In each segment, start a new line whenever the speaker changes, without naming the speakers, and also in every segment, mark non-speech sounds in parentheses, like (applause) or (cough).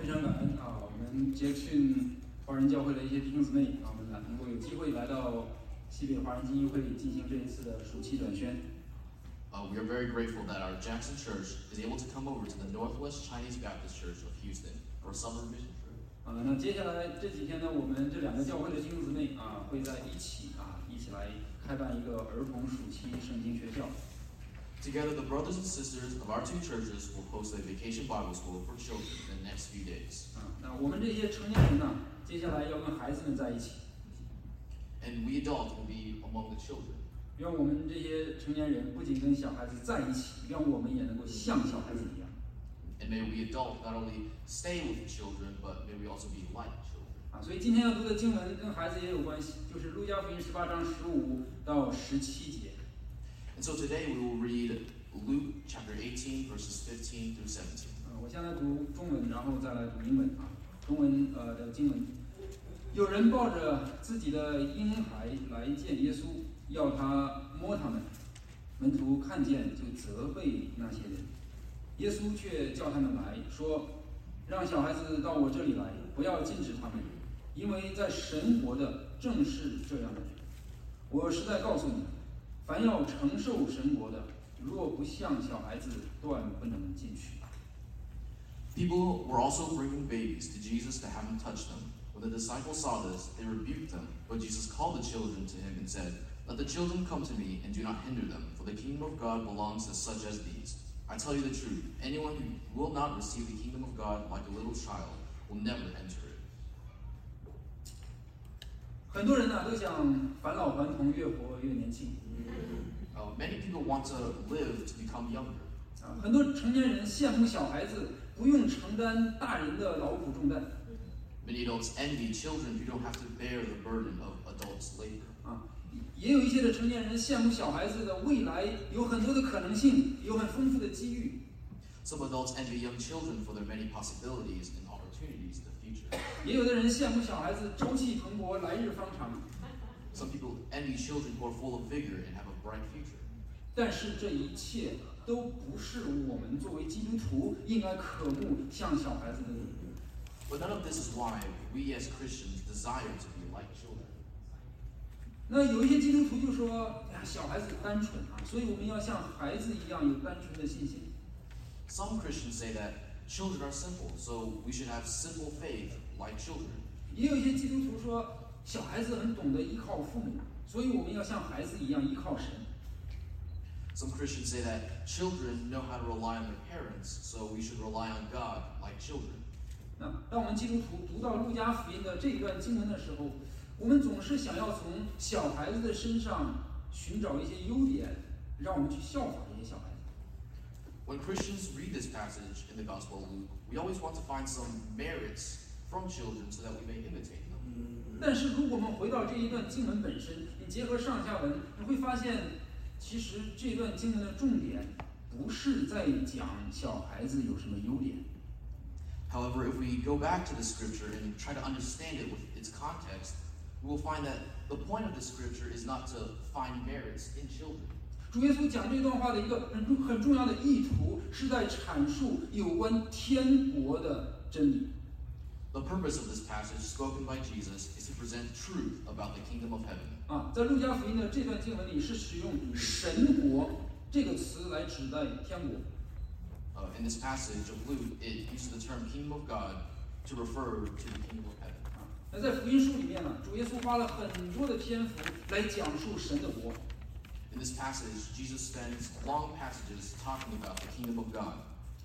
非常感恩啊！我们杰克逊华人教会的一些弟兄姊妹啊，我们来能够有机会来到西北华人基金会进行这一次的暑期短宣。
Uh, we are very grateful that our Jackson Church is able to come over to the Northwest Chinese Baptist Church of Houston for a summer mission trip.
啊，那接下来这几天呢，我们这两个教会的弟兄姊妹啊，会在一起啊，一起来开办一个儿童暑期圣经学校。
Together, the brothers and sisters of our two churches will host a vacation Bible school for children in the next few days.
啊，那我们这些成年人呢，接下来要跟孩子们在一起。
And we adults will be among the children.
愿我们这些成年人不仅跟小孩子在一起，愿我们也能够像小孩子一样
And may we adults not only stay with the children, but may we also be like children.
啊。所以今天要读的经文跟孩子也有关系，就是《路加福音》十八章十五到十七节。
And so today we will read Luke chapter 18, verses 15 through 17.
啊，我先来读中文，然后再来读英文啊。中文呃的经文，有人抱着自己的婴孩来见耶稣，要他摸他们。门徒看见就责备那些人，耶稣却叫他们来说：“让小孩子到我这里来，不要禁止他们，因为在神国的正是这样的人。我实在告诉你，凡要承受神国的，若不像小孩子，断不能进去。”
People were also bringing babies to Jesus to have him touch them. When the disciples saw this, they rebuked them. But Jesus called the children to him and said, Let the children come to me and do not hinder them, for the kingdom of God belongs to such as these. I tell you the truth, anyone who will not receive the kingdom of God like a little child will never enter it.
很多人呢、都想返老还童，越活越年轻
Uh, many people want to live to become younger.
啊。很多成年人羡慕小孩子不用承担大人的劳苦重担
Many adults envy children who don't have to bear the burden of adults' labor.
啊，也有一些的成年人羡慕小孩子的未来有很多的可能性，有很丰富的机遇
Some adults envy young children for their many possibilities and opportunities in the future.
也有的人羡慕小孩子朝气蓬勃，来日方长。
Some people envy children who are full of vigor and have a bright future.
但是这一切都不是我们作为基督徒应该渴慕像小孩子的努力。
But none of this is why we as Christians desire to be like children.
那有一些基督徒就说：“哎呀，小孩子单纯啊，所以我们要像孩子一样有单纯的信心。”
Some Christians say that children are simple, so we should have simple faith like children.
也有一些基督徒说，小孩子很懂得依靠父母，所以我们要像孩子一样依靠神。
Some Christians say that children know how to rely on their parents, so we should rely on God like children.
那当我们基督徒读到路加福音的这一段经文的时候，我们总是想要从小孩子的身上寻找一些优点，让我们去效仿这些小孩子。
When Christians read this passage in the Gospel of Luke, we always want to find some merits from children so that we may imitate them.
但是如果我们回到这一段经文本身，你结合上下文，你会发现，其实这段经文的重点不是在讲小孩子有什么优点，
However, if we go back to the scripture and try to understand it with its context, we will find that the point of the scripture is not to find merits in children.
主耶稣讲这段话的一个很重很重要的意图，是在阐述有关天国的真理。
The purpose of this passage spoken by Jesus is to present truth about the kingdom of heaven.
啊，在路加福音的这段经文里是使用“神国”这个词来指代天国。
Uh, in this passage of Luke, it uses the term kingdom of God to refer to the kingdom of heaven.
啊，那在福音书里面呢，主耶稣花了很多的篇幅来讲述神的国。
In this passage, Jesus spends long passages talking about the kingdom of God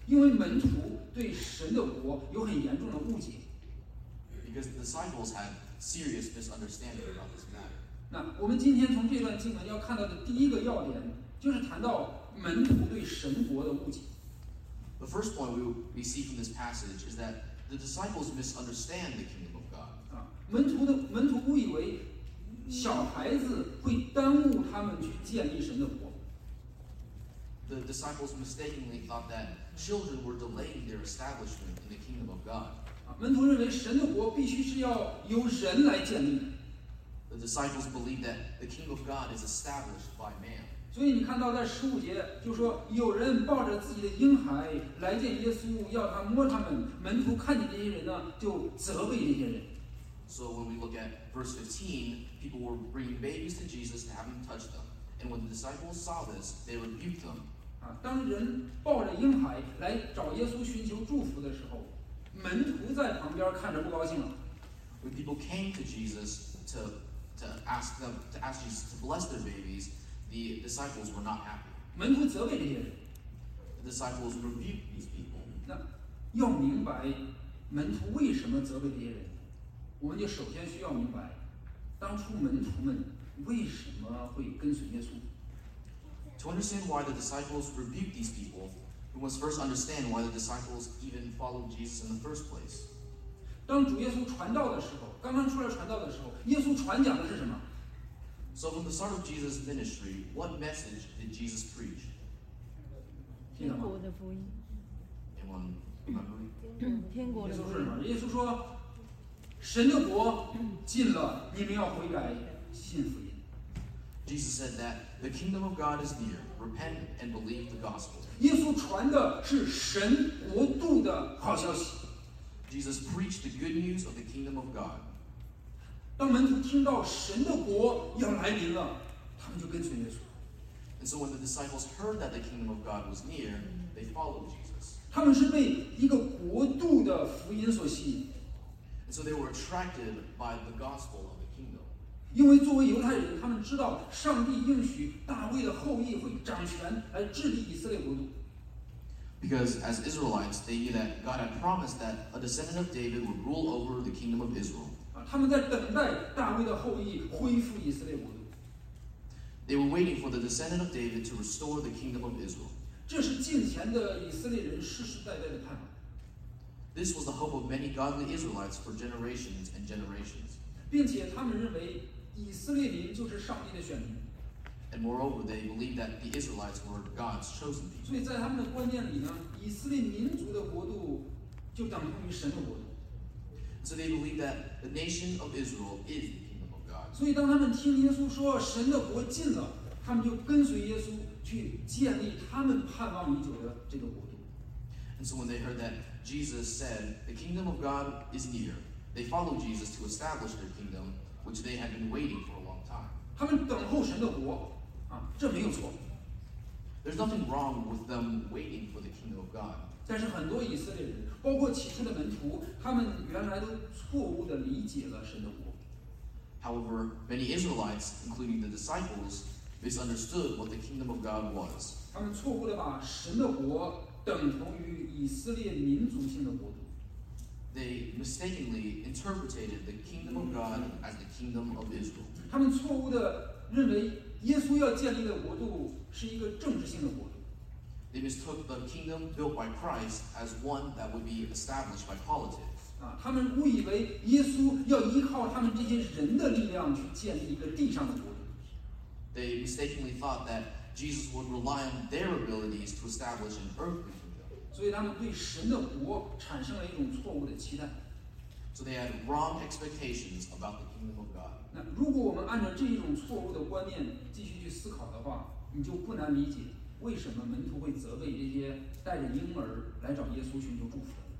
因为门徒对神的国有很严重的误解。
because the disciples had serious misunderstanding about this matter.
那我们今天从这段经文要看到的第一个要点，就是谈到门徒对神国的误解。
The first point we, we see from this passage is that the disciples misunderstand the kingdom of God.
啊，门徒的门徒误以为小孩子会耽误他们去建立神的国。
The disciples mistakenly thought that children were delaying their establishment in the kingdom of God.
啊，门徒认为神的国必须是要由人来建立的。
The disciples believed that the kingdom of God is established by man.
所以你看到在十五节就说，有人抱着自己的婴孩来见耶稣，要他摸他们。门徒看见这些人呢，就责备这些人。
So when we look at verse 15, people were bringing babies to Jesus to have him touch them. And when the disciples saw this, they rebuked them.
啊，当人抱着婴孩来找耶稣寻求祝福的时候，门徒在旁边看着不高兴了。
When people came to Jesus to, to ask them to ask Jesus to bless their babies, the disciples were not happy.
门徒责备这些人。
The disciples rebuked these people.
那要明白门徒为什么责备这些人，我们就首先需要明白，当初门徒们为什么会跟随耶稣。
To understand why the disciples rebuked these people, we must first understand why the disciples even followed Jesus in the first place.
当主耶稣传道的时候，刚刚出来传道的时候，耶稣传讲的是什么？
So from the start of Jesus' ministry, what message did Jesus preach?
听到
天
吗？
国的福音，
Anyone remember?
天国
耶
的
稣
福
说什
音，
么？耶稣说：“神的国近了，你们要悔改，信福音。
Jesus said that the kingdom of God is near. Repent and believe the gospel. ”
耶稣传的是神国度的好消息。
Jesus preached the good news of the kingdom of God.
当门徒听到神的国要来临了，他们就跟随耶稣。
And so when the disciples heard that the kingdom of God was near, they followed Jesus.
他们是被一个国度的福音所吸引，
And so they were attracted by the gospel of the kingdom.
因为作为犹太人，他们知道上帝应许大卫的后裔会掌权来治理以色列国度。
Because as Israelites, they knew that God had promised that a descendant of David would rule over the kingdom of Israel.
啊，他们在等待大卫的后裔恢复以色列国度，
They were waiting for the descendant of David to restore the kingdom of Israel.
这是近前的以色列人世世代代的盼望，
This was the hope of many godly Israelites for generations and generations.
并且他们认为以色列民就是上帝的选民，
And moreover, they believed that the Israelites were God's chosen people.
所以在他们的观念里呢，以色列民族的国度就等同于神的国度。
So they believed that the nation of Israel is the kingdom of God.
所以当他们听耶稣说神的国近了，他们就跟随耶稣去建立他们盼望已久的这个国度。
And so when they heard that Jesus said, The kingdom of God is near, they followed Jesus to establish their kingdom, which they had been waiting for a long time.
他们等候神的国啊，这没有错。
There's nothing wrong with them waiting for the kingdom of God.
但是很多以色列人，包括起初的门徒，他们原来都错误地理解了神的国。
However, many Israelites, including the disciples, misunderstood what the kingdom of God was.
他们错误地把神的国等同于以色列民族性的国度。
They mistakenly interpreted the kingdom of God as the kingdom of Israel.
他们错误地认为耶稣要建立的国度是一个政治性的国度。
They mistook the kingdom built by Christ as one that would be established by politics.
啊，他们误以为耶稣要依靠他们这些人的力量去建立一个地上的国度，
They mistakenly thought that Jesus would rely on their abilities to establish an earthly kingdom.
所以他们对神的国产生了一种错误的期待。
So they had wrong expectations about the kingdom of God.
那如果我们按照这一种错误的观念继续去思考的话，你就不难理解为什么门徒会责备这些带着婴儿来找耶稣寻求祝福的人。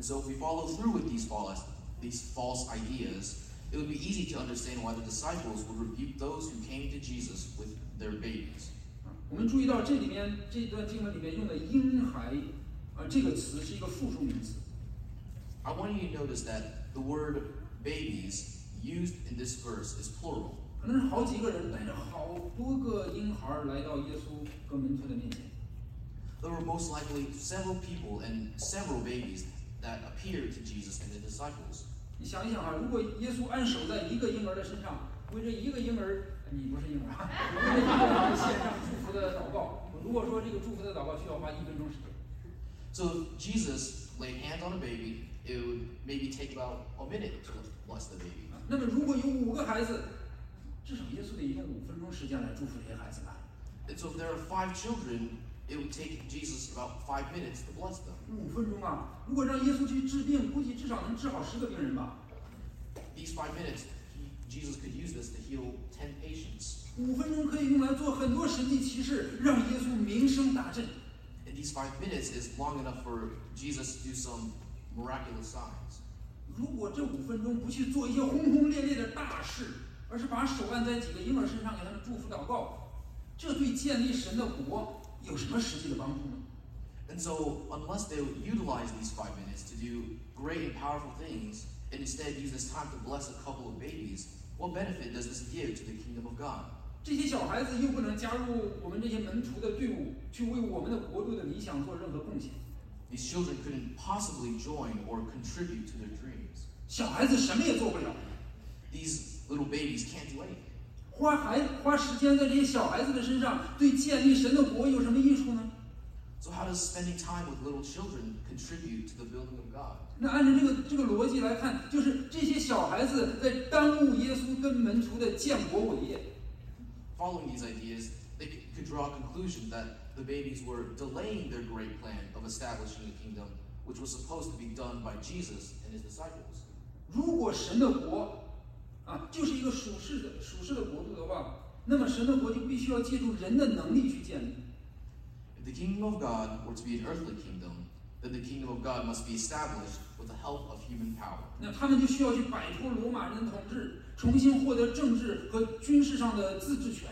And so if we follow through with these false, these false ideas, it would be easy to understand why the disciples would rebuke those who came to Jesus with their babies.
啊，我们注意到这里面这段经文里面用的“婴孩”啊这个词是一个复数名词，
I want you to notice that the word babies used in this verse is plural.
可能是好几个人带着好多个婴孩儿来到耶稣和门徒的面前。
There were most likely several people and several babies that appeared to Jesus and the disciples.
你想一想啊，如果耶稣按手在一个婴儿的身上，为这一个婴儿，你不是婴儿啊， (laughs) 为这一个婴儿献上祝福的祷告，如果说这个祝福的祷告需要花一分钟时间，
So if Jesus laid hands on a baby, it would maybe take about a minute to bless the baby.
啊那么如果有五个孩子，至少耶稣得用五分钟时间来祝福这些孩子吧。
And so if there are five children, it would take Jesus about five minutes to bless them.
五分钟啊，如果让耶稣去治病，估计至少能治好十个病人吧。
These five minutes, he Jesus could use this to heal 10 patients.
五分钟可以用来做很多神迹奇事，让耶稣名声大振。
And these five minutes is long enough for Jesus to do some miraculous signs.
如果这五分钟不去做一些轰轰烈烈的大事，而是把手按在几个婴儿身上给他们祝福祷告，这对建立神的国有什么实际的帮助呢？
And so, unless they utilize these five minutes to do great and powerful things, and instead use this time to bless a couple of babies, what benefit does this give to the kingdom of God?
这些小孩子又不能加入我们这些门徒的队伍，去为我们的国度的理想做任何贡献。
These children couldn't possibly join or contribute to their dreams.
小孩子什么也做不了，
These little babies can't do anything.
花孩花时间在这些小孩子的身上，对建立神的国有什么益处呢？
So, how does spending time with little children contribute to the building of God?
那按照这个这个逻辑来看，就是这些小孩子在耽误耶稣跟门徒的建国伟业。
Following these ideas, they c- could draw a conclusion that the babies were delaying their great plan of establishing the kingdom, which was supposed to be done by Jesus and his disciples.
如果神的国啊就是一个属世的属世的国度的话，那么神的国就必须要借助人的能力去建立。
If the kingdom of God were to be an earthly kingdom, then the kingdom of God must be established with the help of human power.
那他们就需要去摆脱罗马人的统治，重新获得政治和军事上的自治权。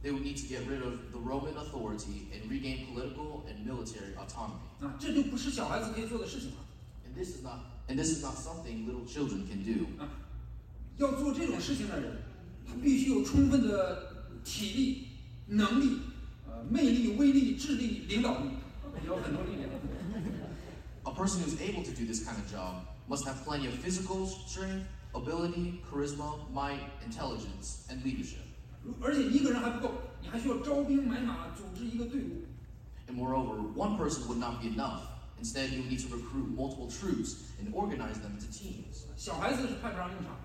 They would need to get rid of the Roman authority and regain political and military autonomy.
啊，这就不是小孩子可以做的事情了。
And this is not and this is not something little children can do.
要做这种事情的人，他必须有充分的体力、能力、呃魅力、威力、智力、领导力，有很多力量。
A person who's able to do this kind of job must have plenty of physical strength, ability, charisma, might, intelligence, and leadership.
如而且一个人还不够，你还需要招兵买马，组织一个队伍。
And moreover, one person would not be enough. Instead, you would need to recruit multiple troops and organize them into teams.
小孩子是派不上用场。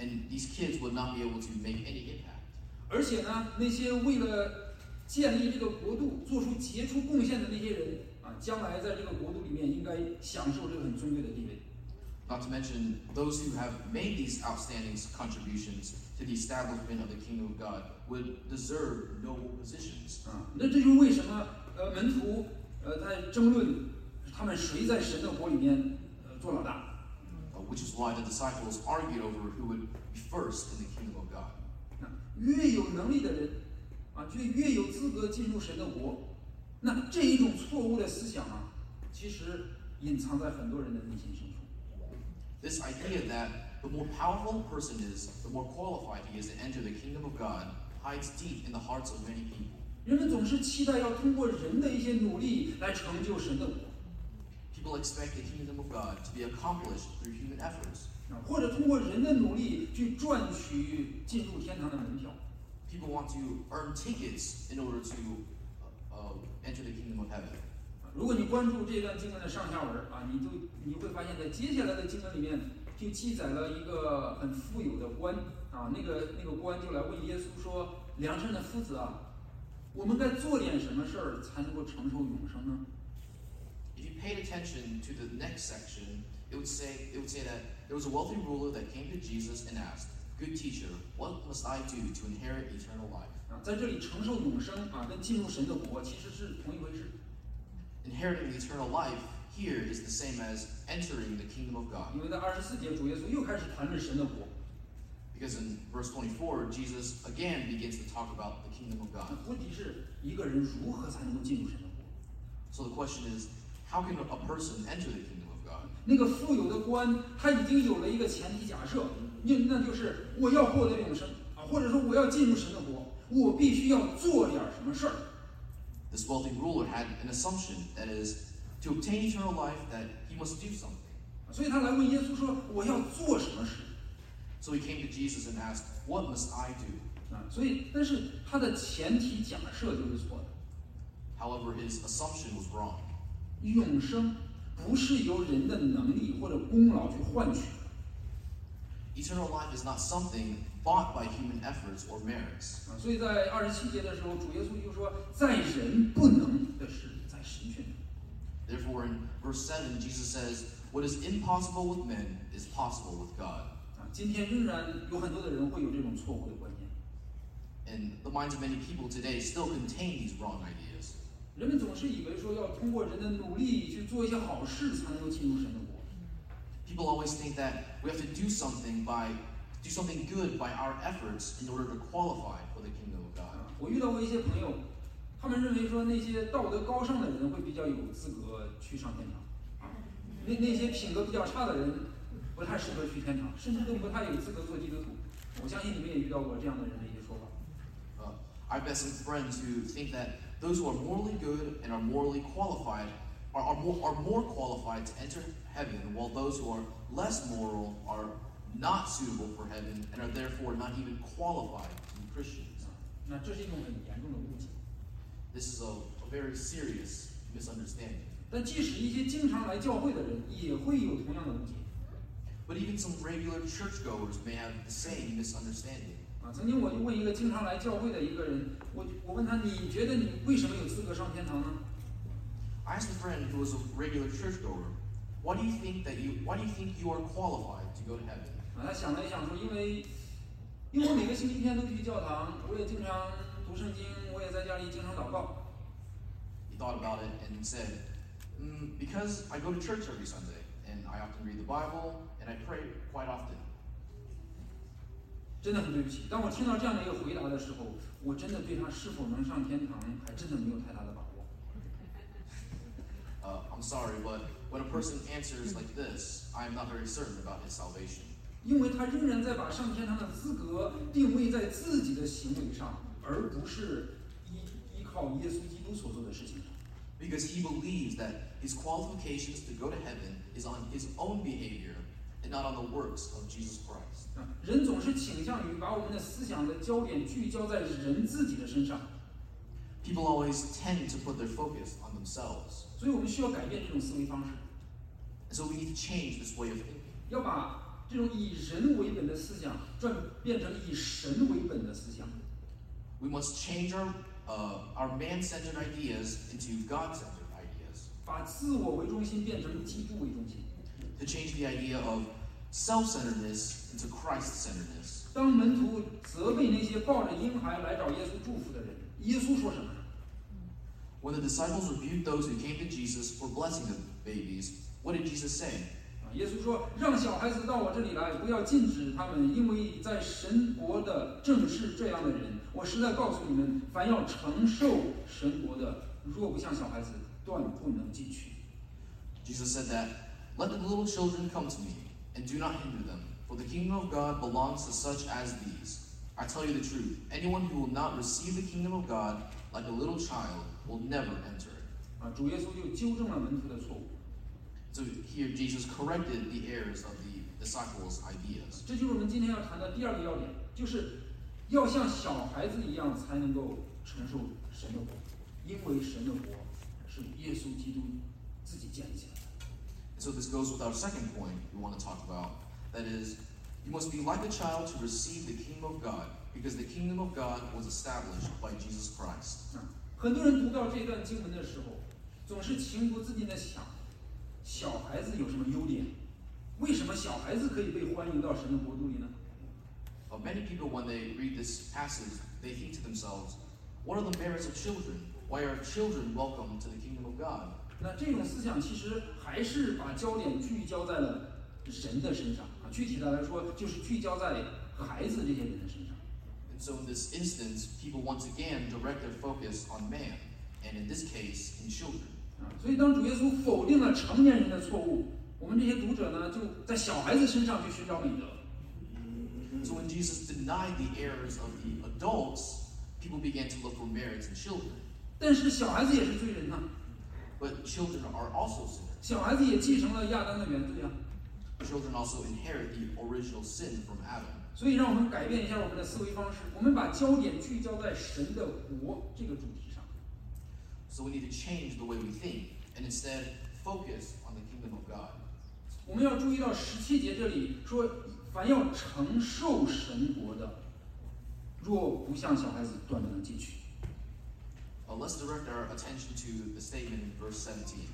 And these kids would not be able to make any impact.
而且呢，那些为了建立这个国度做出杰出贡献的那些人啊，将来在这个国度里面应该享受这个很尊贵的地位。
Not to mention those who have made these outstanding contributions to the establishment of the kingdom of God would deserve noble positions.
啊，那这就是为什么呃门徒呃在争论他们谁在神的国里面呃做老大。
uh, which is why the disciples argued over who would be first in the kingdom of God.
那啊越有能力的人啊，就越有资格进入神的国。那这一种错误的思想啊，其实隐藏在很多人的内心深处。
This idea that the more powerful a person is, the more qualified he is to enter the kingdom of God hides deep in the hearts of many people.
人们总是期待要通过人的一些努力来成就神的国。
People expect the kingdom of God to be accomplished through human efforts.
啊，或者通过人的努力去赚取进入天堂的门票。
People want to earn tickets in order to uh, uh, enter the kingdom of heaven.
啊如果你关注这段经文的上下文儿啊，你就你会发现在接下来的经文里面就记载了一个很富有的官啊，那个那个官就来问耶稣说：“良善的夫子啊，我们该做点什么事儿才能够承受永生呢
If you paid attention to the next section, it would say it would say that there was a wealthy ruler that came to Jesus and asked, "Good teacher, what must I do to inherit eternal life?" ?”
啊，在这里承受永生啊，跟进入神的国其实是同一回事，
Inheriting eternal life here is the same as entering the kingdom of God,
啊因为在二十四节主耶稣又开始谈论神的国。
because in verse 24, Jesus again begins to talk about the kingdom of
啊
God.
问题是一个人如何才能够进入神的国？
So the question is, how can a person enter the kingdom of God?
那个富有的官，他已经有了一个前提假设，那那就是我要获得永生啊，或者说我要进入神的国，我必须要做点什么事儿。
This wealthy ruler had an assumption that is, to obtain eternal life, that he must do something.
啊所以他来问耶稣说：“我要做什么事
So he came to Jesus and asked, "What must I do?"
啊？”所以，但是他的前提假设就是错的。
However, his assumption was wrong.
永生不是由人的能力或者功劳去换取的
Eternal life is not something bought by human efforts or merits.
啊。所以在二十七节的时候，主耶稣就说：“在人不能的事，在神却能。”
Therefore, in verse 7, Jesus says, What is impossible with men is possible with God.
啊，啊，今天仍然有很多的人会有这种错误的观念。
And the minds of many people today still contain these wrong ideas.
人们总是以为说要通过人的努力去做一些好事才能够进入神的国，
People always think that we have to do something by do something good by our efforts in order to qualify for the kingdom of God.
啊，我遇到过一些朋友，他们认为说那些道德高尚的人会比较有资格去上天堂，啊，那那些品格比较差的人不太适合去天堂，甚至都不太有资格做基督徒。我相信你们也遇到过这样的人的一些说法。
Uh, I've met some friends who think that those who are morally good and are morally qualified are, are, more, are more qualified to enter heaven, while those who are less moral are not suitable for heaven and are therefore not even qualified to be Christians.
那这是一种很严重的误解。
This is a, a very serious misunderstanding.
但即使一些经常来教会的人，也会有同样的误解。
But even some regular churchgoers may have the same misunderstanding.
啊，曾经我就问一个经常来教会的一个人，我我问他，你觉得你为什么有资格上天堂呢？
I asked a friend who was a regular churchgoer, "Why do you think that you? Why do you think you are qualified to go to heaven?"
啊，他想了一想说，因为因为我每个星期天都去教堂，我也经常读圣经，我也在家里经常祷告。
He thought about it and said, mm, Because I go to church every Sunday, and I often read the Bible, and I pray quite often.
真的很对不起，当我听到这样的一个回答的时候，我真的对他是否能上天堂还真的没有太大的把握。
Uh, I'm sorry, but when a person answers like this, I am not very certain about his salvation.
因为他仍然在把上天堂的资格定位在自己的行为上，而不是依依靠耶稣基督所做的事情上。
Because he believes that his qualifications to go to heaven is on his own behavior and not on the works of Jesus Christ.
啊，人总是倾向于把我们的思想的焦点聚焦在人自己的身上，
People always tend to put their focus on themselves.
所以我们需要改变这种思维方式，
And so we need to change this way of thinking.
要把这种以人为本的思想转变成以神为本的思想。
We must change our, uh, our man centered ideas into God centered ideas.
把自我为中心变成基督为中心。
to change the idea of self centeredness into Christ centeredness.
当门徒责备那些抱着婴孩来找耶稣祝福的人，耶稣说什么？
When the disciples rebuked those who came to Jesus for blessing the babies, what did Jesus say?
啊，耶稣说：“让小孩子到我这里来，不要禁止他们，因为在神国的正是这样的人。我实在告诉你们，凡要承受神国的，若不像小孩子，断不能进去。
Jesus said that, Let the little children come to me, and do not hinder them, for the kingdom of God belongs to such as these. I tell you the truth, anyone who will not receive the kingdom of God like a little child will never enter it. ”
啊，主耶稣就纠正了门徒的错误，
So here Jesus corrected the errors of the disciples' ideas.
这就是我们今天要谈的第二个要点，就是要像小孩子一样才能够承受神的国，因为神的国是耶稣基督自己建立起来的。
And so this goes with our second point we want to talk about. That is, you must be like a child to receive the kingdom of God, because the kingdom of God was established by Jesus Christ.
啊，很多人读到这段经文的时候，总是情不自禁地想：小孩子有什么优点？为什么小孩子可以被欢迎到神的国度里呢？
Uh, many people, when they read this passage, they think to themselves, What are the merits of children? Why are children welcome to the kingdom of God?
那这种思想其实还是把焦点聚焦在了人的身上啊，具体的来说，就是聚焦在孩子这些人的身上。
And so, in this instance, people once again direct their focus on man, and in this case, in children.
啊，所以当主耶稣否定了成年人的错误，我们这些读者呢，就在小孩子身上去寻找美德。
So, when Jesus denied the errors of the adults, people began to look for merits in children.
但是小孩子也是罪人呐、
But children are also sinners.
小孩子也继承了亚当的原罪啊。
Children also inherit the original sin from Adam.
所以，让我们改变一下我们的思维方式，我们把焦点聚焦在神的国这个主题上。
So we need to change the way we think and instead focus on the kingdom of God.
我们要注意到十七节这里说：“凡要承受神国的，若不像小孩子，断不能进去。
Uh, let's direct our attention to the statement in verse 17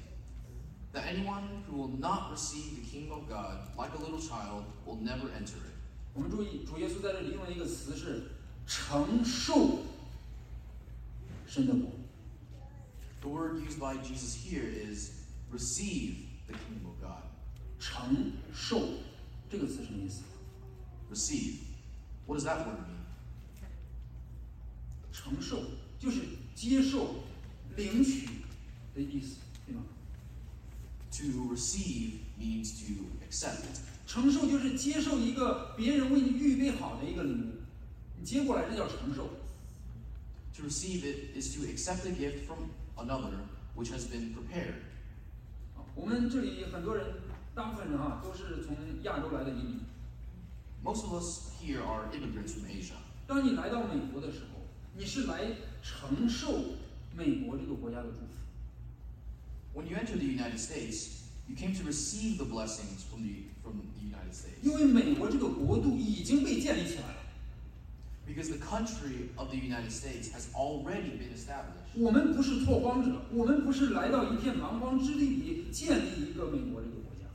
that anyone who will not receive the kingdom of God like a little child will never enter it. ”
我们注意，主耶稣在这里用了一个词是“承受神的国
The word used by Jesus here is receive the kingdom of God. ”，
承受这个词什么意思？
Receive. What does that word mean?
承受就是接受、领取的意思，对吗？
To receive means to accept.
承受就是接受一个别人为你预备好的一个礼物，你接过来这叫承受。
To receive it is to accept a gift from another which has been prepared.
啊，我们这里很多人，大部分人哈、都是从亚洲来的移民。
Most of us here are immigrants from Asia.
当你来到美国的时候，你是来承受美国这个国家的祝福。
When you enter the United States, you came to receive the blessings from the from the United States.
因为美国这个国度已经被建立起来了，
Because the country of the United States has already been established.
我们不是拓荒者，我们不是来到一片蛮荒之地里建立一个美国这个国家。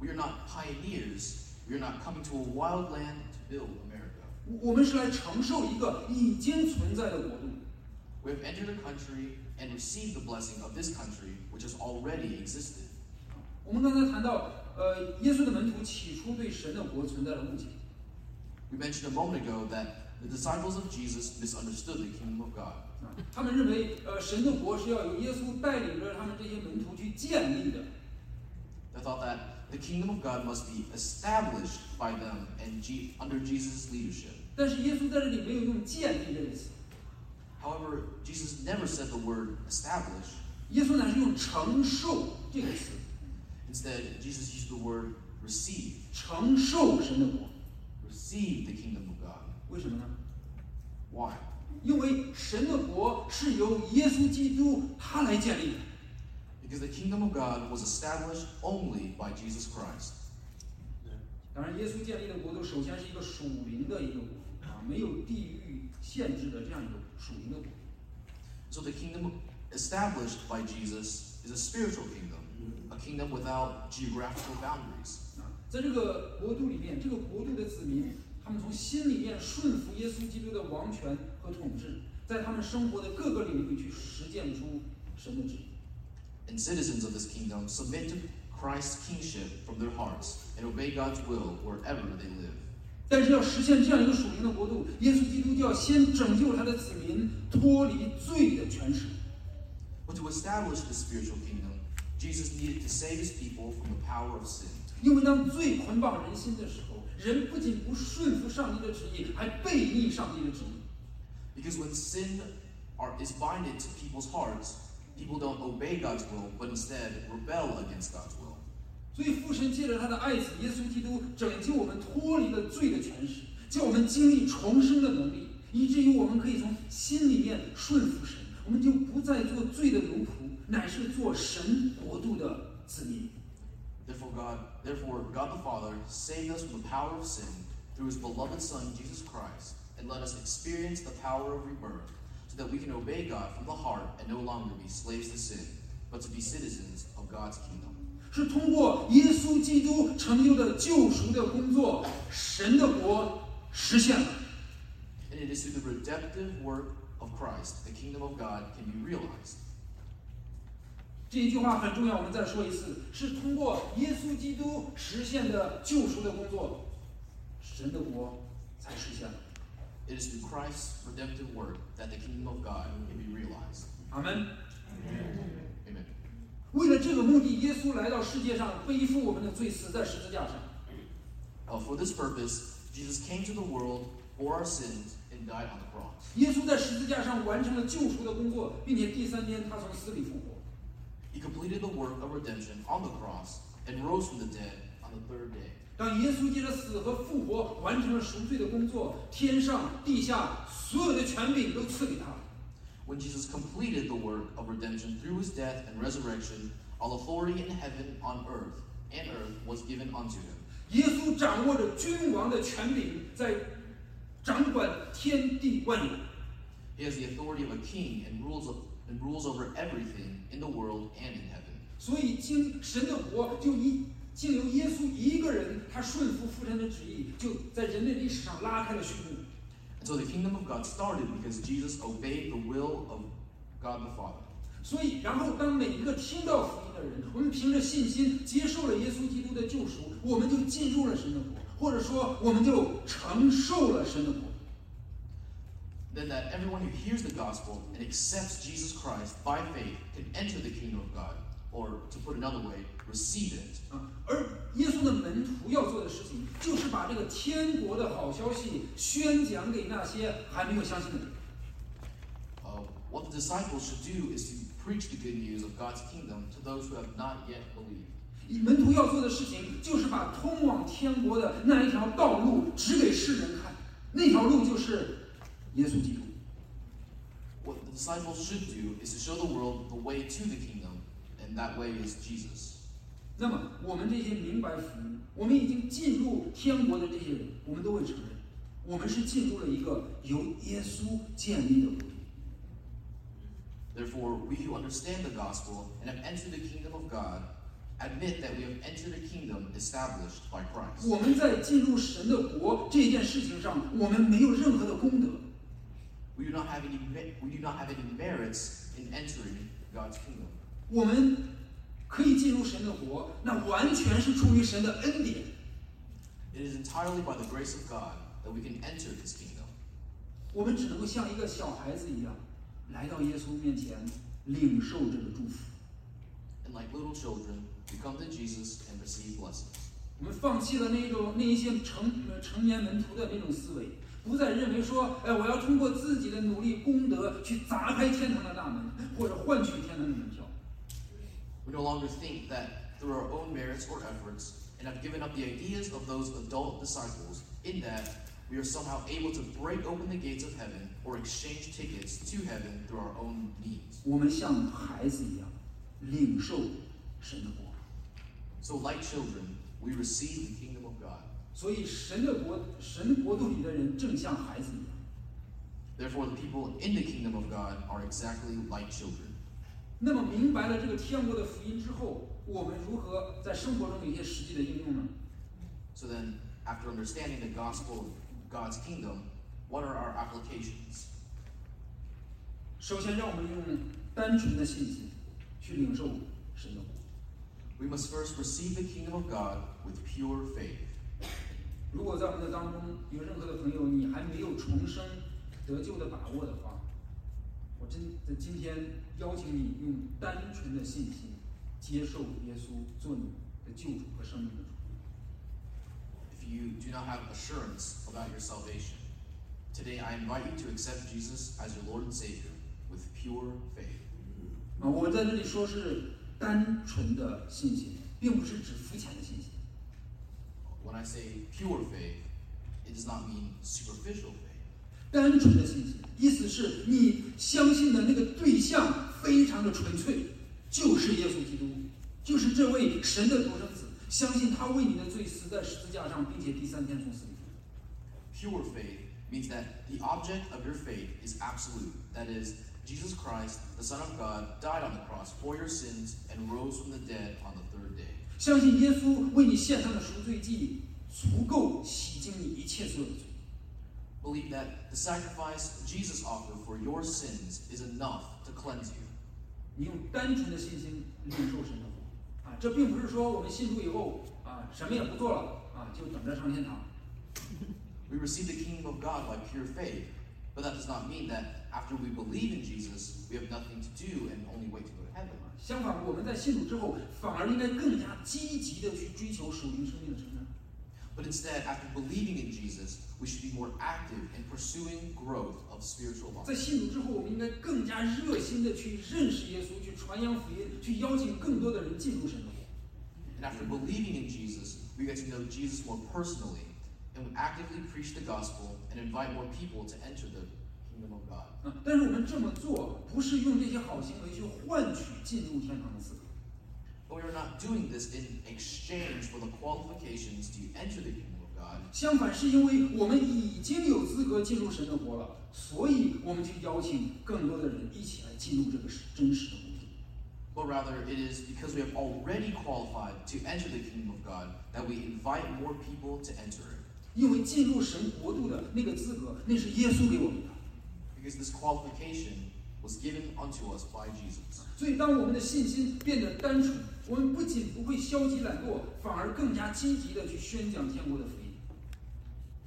We are not pioneers. We are not coming to a wild land to build America.
我我们是来承受一个已经存在的国度。
We have entered a country and received the blessing of this country, which has already existed.
我们刚才谈到，呃，耶稣的门徒起初对神的国存在了误解，
We mentioned a moment ago that the disciples of Jesus misunderstood the kingdom of God.
啊，他们认为，呃，神的国是要由耶稣带领着他们这些门徒去建立的。
They thought that the kingdom of God must be established by them and Je- under Jesus' leadership.
但是耶稣在这里没有用“建立”这个词，
However, Jesus never said the word establish.
耶稣乃是用“承受”这个词，
Instead, Jesus used the word receive.
承受神的国。
Receive the kingdom of God.
为什么呢？
Why?
因为神的国是由耶稣基督他来建立的。
Because the kingdom of God was established only by Jesus Christ.
当然，耶稣建立的国度首先是一个属灵的一个国度啊，没有地域限制的这样一个属灵的国度。
So the kingdom established by Jesus is a spiritual kingdom, a kingdom without geographical boundaries.
啊，在这个国度里面，这个国度的子民，他们从心里面顺服耶稣基督的王权和统治，在他们生活的各个领域去实践出神的旨意。
And citizens of this kingdom submit to Christ's kingship from their hearts and obey God's will wherever they live.
但是要实现这样一个属灵的国度，耶稣基督就要先拯救他的子民脱离罪的权势。
But to establish this spiritual kingdom, Jesus needed to save his people from the power of sin.
因为当罪捆绑人心的时候，人不仅不顺服上帝的旨意，还背逆上帝的旨意。
Because when sin are, is binded to people's hearts, people don't obey God's will, but instead rebel against God's will.
所以父神借着他的爱子耶稣基督拯救我们脱离了罪的权势，叫我们经历重生的能力，以至于我们可以从心里面顺服神，我们就不再做罪的奴仆，乃是做神国度的子民。
Therefore, God, therefore, God the Father saved us from the power of sin through His beloved Son Jesus Christ, and let us experience the power of rebirth, so that we can obey God from the heart and no longer be slaves to sin, but to be citizens of God's kingdom.
是通过耶稣基督成就的救赎的工作，神的国实现了。
And it is through the redemptive work of Christ the kingdom of God can be realized.
这一句话很重要，我们再说一次，是通过耶稣基督实现的救赎的工作，神的国才实现了。
It is through Christ's redemptive work that the kingdom of God can be realized.
阿门。
Amen.
为了这个目的，耶稣来到世界上，背负我们的罪，死在十字架上。
Uh, for this purpose, Jesus came to the world, bore our sins, and died on the cross.
耶稣在十字架上完成了救赎的工作，并且第三天他从死里复活。
He completed the work of redemption on the cross and rose from the dead on the third day.
当耶稣借着死和复活完成了赎罪的工作，天上地下所有的权柄都赐给他了。
When Jesus completed the work of redemption through his death and resurrection, all authority in heaven, on earth, and earth was given unto him.
耶稣掌握着君王的权柄，在掌管天地万有。
He has the authority of a king and rules and rules over everything in the world and in heaven.
所以经神的国就以借由耶稣一个人，他顺服父神的旨意，就在人类历史上拉开了序幕。
And so the kingdom of God started because Jesus obeyed the will of God the Father.
所以，然后当每一个听到福音的人，我们凭着信心接受了耶稣基督的救赎，我们就进入了神的国，或者说我们就承受了神的国。
Then that everyone who hears the gospel and accepts Jesus Christ by faith can enter the kingdom of God, or to put another way, receive it.
啊，而耶稣的门徒要做的事情，就是把这个天国的好消息宣讲给那些还没有相信的人。
Uh, what the disciples should do is to preach the good news of God's kingdom to those who have not yet believed.
门徒要做的事情，就是把通往天国的那一条道路指给世人看。那条路就是耶稣基督。
What the disciples should do is to show the world the way to the kingdom, and that way is Jesus.
那么，我们这些明白福音，我们已经进入天国的这些人，我们都会承认，我们是进入了一个由耶稣建立的国度。
Therefore, we who understand the gospel and have entered the kingdom of God admit that we have entered a kingdom established by Christ.
我们在进入神的国这件事情上，我们没有任何的功德，
We do not have any me- we do not have any merits in entering God's kingdom.
我们可以进入神的国，那完全是出于神的恩典。
It is entirely by the grace of God that we can enter His kingdom.
我们只能够像一个小孩子一样，来到耶稣面前，领受这个祝福。
And like little children, we come to Jesus and receive blessings.
我们放弃了那种那一些成呃成年门徒的那种思维，不再认为说，哎，我要通过自己的努力功德去砸开天堂的大门，或者换取天堂的门票。
We no longer think that through our own merits or efforts, and have given up the ideas of those adult disciples in that we are somehow able to break open the gates of heaven or exchange tickets to heaven through our own means.
我们像孩子一样，领受神的国。
So, like children, we receive the kingdom of God.
所以，神的国，神国度里的人正像孩子一样。
Therefore, the people in the kingdom of God are exactly like children.
那么，明白了这个天国的福音之后，我们如何在生活中有一些实际的应用呢？
So then, after understanding the gospel of God's kingdom, what are our applications?
首先，让我们用单纯的信心去领受神的国。
We must first receive the kingdom of God with pure faith.
如果在我们的当中有任何的朋友，你还没有重生得救的把握的话，我真在今天邀请你用单纯的信心接受耶稣做你的救主和生命的主。
If you do not have assurance about your salvation, today I invite you to accept Jesus as your Lord and Savior with pure faith.
啊，我在这里说是单纯的信心，并不是指肤浅的信心。
When I say pure faith, it does not mean superficial faith.
单纯的信心，意思是你相信的那个对象非常的纯粹，就是耶稣基督，就是这位神的独生子，相信他为你的罪死在十字架上，并且第三天从死里复活。
Pure faith means that the object of your faith is absolute. That is, Jesus Christ, the Son of God, died on the cross for your sins and rose from the dead on the third day.
相信耶稣为你献上的赎罪祭，足够洗净你一切所有的罪。
Believe that the sacrifice Jesus offered for your sins is enough to cleanse you.
你用单纯的信心领受神的福啊，这并不是说我们信主以后啊什么也不做了啊，就等着上天堂。
We receive the kingdom of God by pure faith, but that does not mean that after we believe in Jesus, we have nothing to do and only wait to go to heaven.
相反，我们在信主之后，反而应该更加积极的去追求属灵生命的成长。
But instead, after believing in Jesus, we should be more active in pursuing growth of spiritual life.
在信主之后，我们应该更加热心的去认识耶稣，去传扬福音，去邀请更多的人进入神的国。
And after believing in Jesus, we get to know Jesus more personally and we actively preach the gospel and invite more people to enter the kingdom of God.
啊，但是我们这么做不是用这些好行为去换取进入天堂的资格。
But we are not doing this in exchange for the qualifications to enter the kingdom of God.
相反，是因为我们已经有资格进入神的国了，所以我们就邀请更多的人一起来进入这个真实的国度。
but rather it is because we have already qualified to enter the kingdom of God that we invite more people to enter it.
因为进入神国度的那个资格，那是耶稣给我们的。
Because this qualification was given unto us by Jesus.
所以，当我们的信心变得单纯，我们不仅不会消极懒惰，反而更加积极的去宣讲天国的福音。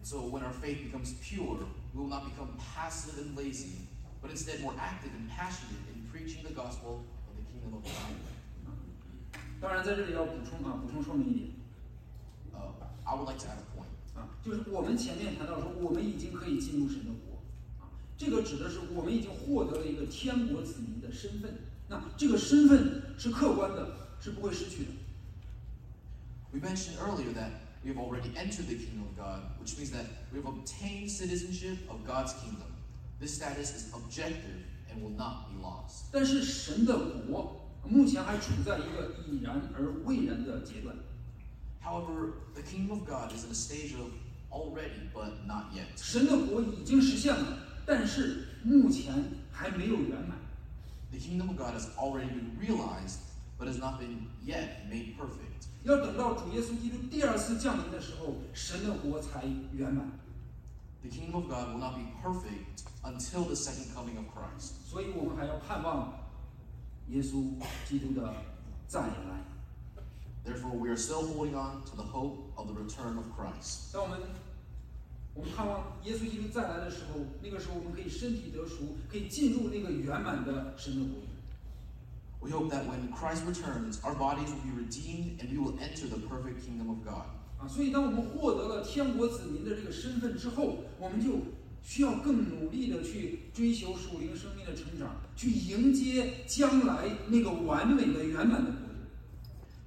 So when our faith becomes pure, we will not become passive and lazy, but instead more active and passionate in preaching the gospel of the kingdom of God.
当然，在这里要补充啊，补充说明一点
Uh, I would like to add a point.
啊，就是我们前面谈到说，我们已经可以进入神的国啊，这个指的是我们已经获得了一个天国子民的身份。那这个身份是客观的，是不会失去的。
We mentioned earlier that we have already entered the kingdom of God, which means that we have obtained citizenship of God's kingdom. This status is objective and will not be lost.
但是神的国目前还处在一个已然而未然的阶段，
However, the kingdom of God is in a stage of already but not yet.
神的国已经实现了，但是目前还没有圆满。
The kingdom of God has already been realized, but has not been yet made perfect.
要等到主耶稣基督第二次降临的时候，神的国才圆满。
The kingdom of God will not be perfect until the second coming of Christ.
所以我们还要盼望耶稣基督的再来。
Therefore, we are still holding on to the hope of the return of Christ.
当我们我们盼望耶稣基督再来的时候，那个时候我们可以身体得赎，可以进入那个圆满的神的国。
We hope that when Christ returns, our bodies will be redeemed and we will enter the perfect kingdom of God.
啊，所以当我们获得了天国子民的这个身份之后，我们就需要更努力的去追求属灵生命的成长，去迎接将来那个完美的圆满的国度。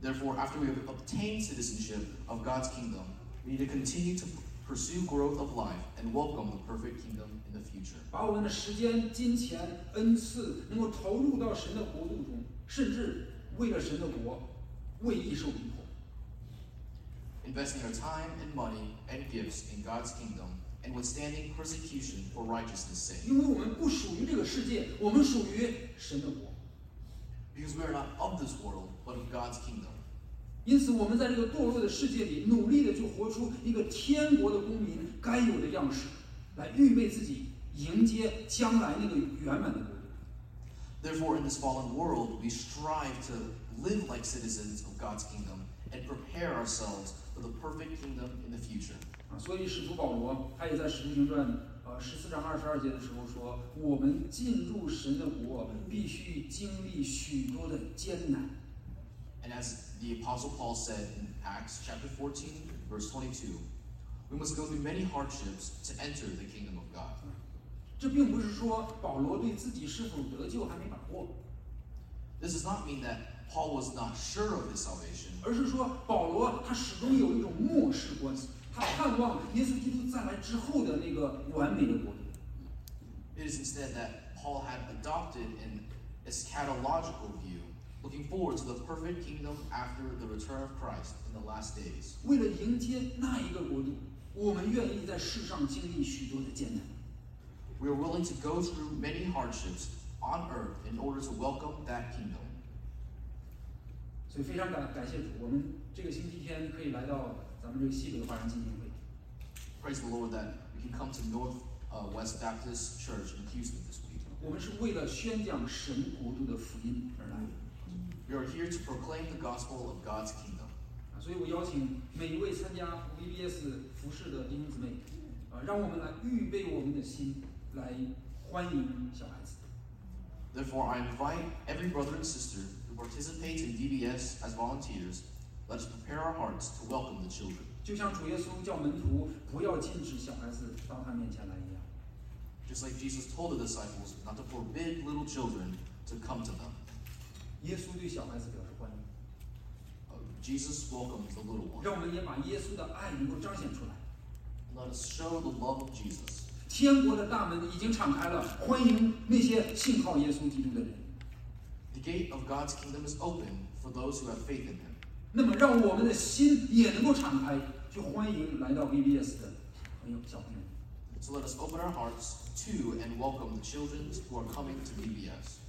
Therefore, after we have obtained citizenship of God's kingdom, we need to continue to pursue growth of life and welcome the perfect kingdom in the future.
把我们的时间、金钱、恩赐能够投入到神的国度中，甚至为了神的国为义受逼迫。
Investing our time and money and gifts in God's kingdom and withstanding persecution for righteousness' sake.
因为我们不属于这个世界，我们属于神的国，
Because we are not of this world, but of God's kingdom.
因此我们在这个堕落的世界里，努力的去活出一个天国的公民该有的样式，来预备自己迎接将来那个圆满的国度。
Therefore, in this fallen world, we strive to live like citizens of God's kingdom and prepare ourselves for the perfect kingdom in the future.
啊，所以使徒保罗他也在《使徒行传》呃十四章二十二节的时候说，我们进入神的国必须经历许多的艰难。
And as the Apostle Paul said in Acts chapter 14, verse 22, we must go through many hardships to enter the kingdom of God.
这并不是说保罗对自己是否得救还没把握，
This does not mean that Paul was not sure of his salvation,
而是说保罗他始终有一种漠视观，他盼望耶稣基督再来之后的那个完美的国度。
It is instead that Paul had adopted an eschatological view, looking forward to the perfect kingdom after the return of Christ in the last days.
为了迎接那一个国度，我们愿意在世上经历许多的艰难。
We are willing to go through many hardships on earth in order to welcome that kingdom.
所以非常感感谢主，我们这个星期天可以来到咱们这个西北华人基金会。
Praise the Lord that we can come to North uh, West Baptist Church in Houston this week.
我们是为了宣讲神国度的福音而来的
We are here to proclaim the gospel of God's kingdom.
啊！所以我邀请每一位参加 VBS 服饰的弟兄姊妹，啊，让我们来预备我们的心，来欢迎小孩子。
Therefore, I invite every brother and sister who participates in DBS as volunteers, let us prepare our hearts to welcome the children.
就像主耶稣叫门徒不要禁止小孩子到他面前来一样，
Just like Jesus told the disciples not to forbid little children to come to them,
耶稣对小孩子表示欢迎，
Uh, Jesus welcomes the little one.
让我们也把耶稣的爱能够彰显出来。
Let us show the love of Jesus.
天国的大门已经敞开了，欢迎那些信靠耶稣基督的人。
The gate of God's kingdom is open for those who have faith in Him.
那么，让我们的心也能够敞开，去欢迎来到 VBS 的朋友、小朋友。
So let us open our hearts to and welcome the children who are coming to DBS.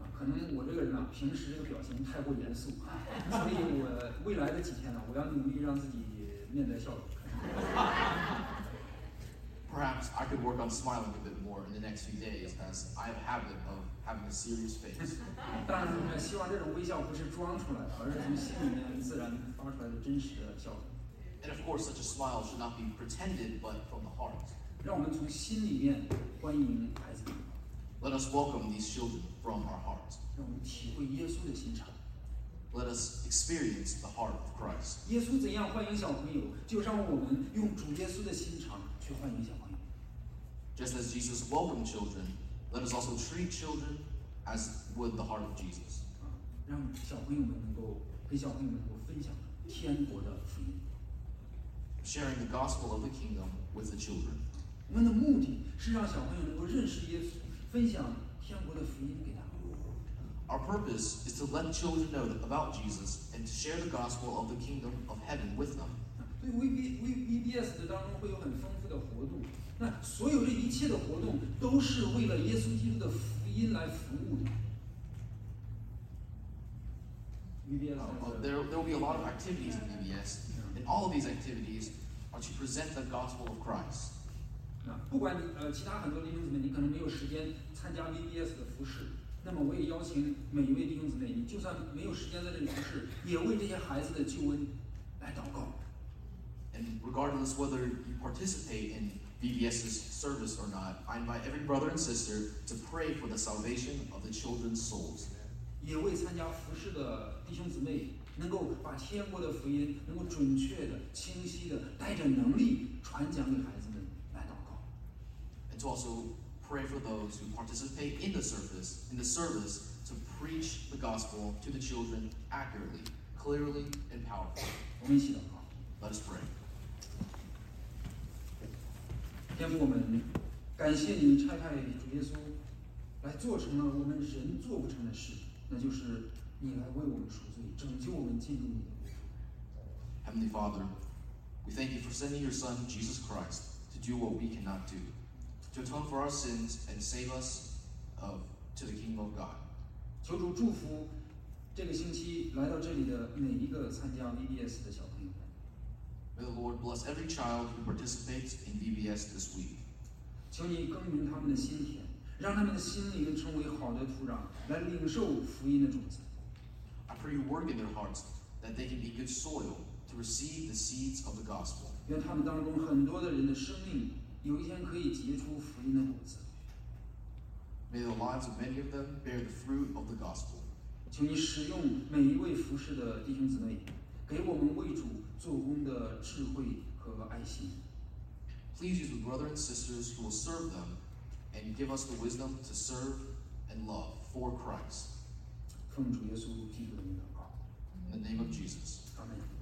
啊，可能我这个人啊，平时这个表情太过严肃，所以我未来的几天呢，我要努力让自己面带笑容。
Perhaps I could work on smiling a bit more in the next few days as I have a habit of having a serious face.
当然，我希望这种微笑不是装出来的，而是从心里面自然发出来的真实的笑容。
And of course, such a smile should not be pretended but from the heart.
让我们从心里面欢迎孩子们，
Let us welcome these children from our hearts.
让我们体会耶稣的心肠。
Let us experience the heart of Christ.
耶稣怎样欢迎小朋友，就让我们用主耶稣的心肠去欢迎小朋友。
Just as Jesus welcomed children, let us also treat children as would the heart of Jesus.
啊，让小朋友们能够给小朋友们能够分享天国的福音。
Sharing the gospel of the kingdom with the children.
我们的目的是让小朋友能够认识耶稣，分享天国的福音给他们。
Our purpose is to let children know about Jesus and to share the gospel of the kingdom of heaven with them.
啊所以 VB V VBS 的当中会有很丰富的活动，那所有这一切的活动都是为了耶稣基督的福音来服务的。VBS
Uh,
在这儿
there, there will be a lot of activities in VBS, and all of these activities are to present the gospel of Christ.
啊，不管你呃其他很多弟兄姊妹，你可能没有时间参加 VBS 的服饰，那么我也邀请每一位弟兄姊妹，你就算没有时间在这里服饰，也为这些孩子的救恩来祷告。
And regardless whether you participate in VBS's service or not, I invite every brother and sister to pray for the salvation of the children's souls.
也为参加服饰的弟兄姊妹，能够把天国的福音能够准确的、清晰的、带着能力传讲给孩子们来祷告。
and to also pray for those who participate in the service, in the service to preach the gospel to the children accurately, clearly, and powerfully.
我们一起祷告。
Let us pray.
天父，我们感谢你差派主耶稣来做成了我们人做不成的事，那就是你来为我们赎罪，拯救我们进入你的国。
Heavenly Father, we thank you for sending your Son, Jesus Christ, to do what we cannot do, to atone for our sins and save us of, to the kingdom of God.
求主祝福这个星期来到这里的每一个参加 VBS 的小朋友们。
May the Lord bless every child who participates in VBS this week.
求你耕耘他们的心田，让他们的心灵成为好的土壤，来领受福音的种子。
I pray you work in their hearts that they can be good soil to receive the seeds of the gospel.
愿他们当中很多的人的生命有一天可以结出福音的果子。
May the lives of many of them bear the fruit of the gospel.
求你使用每一位服侍的弟兄姊妹，给我们为主做工的智慧和爱心。
Please use the brothers and sisters who will serve them and give us the wisdom to serve and love for Christ.
奉主耶稣基督的名祷告，
In the name of Jesus.
阿门。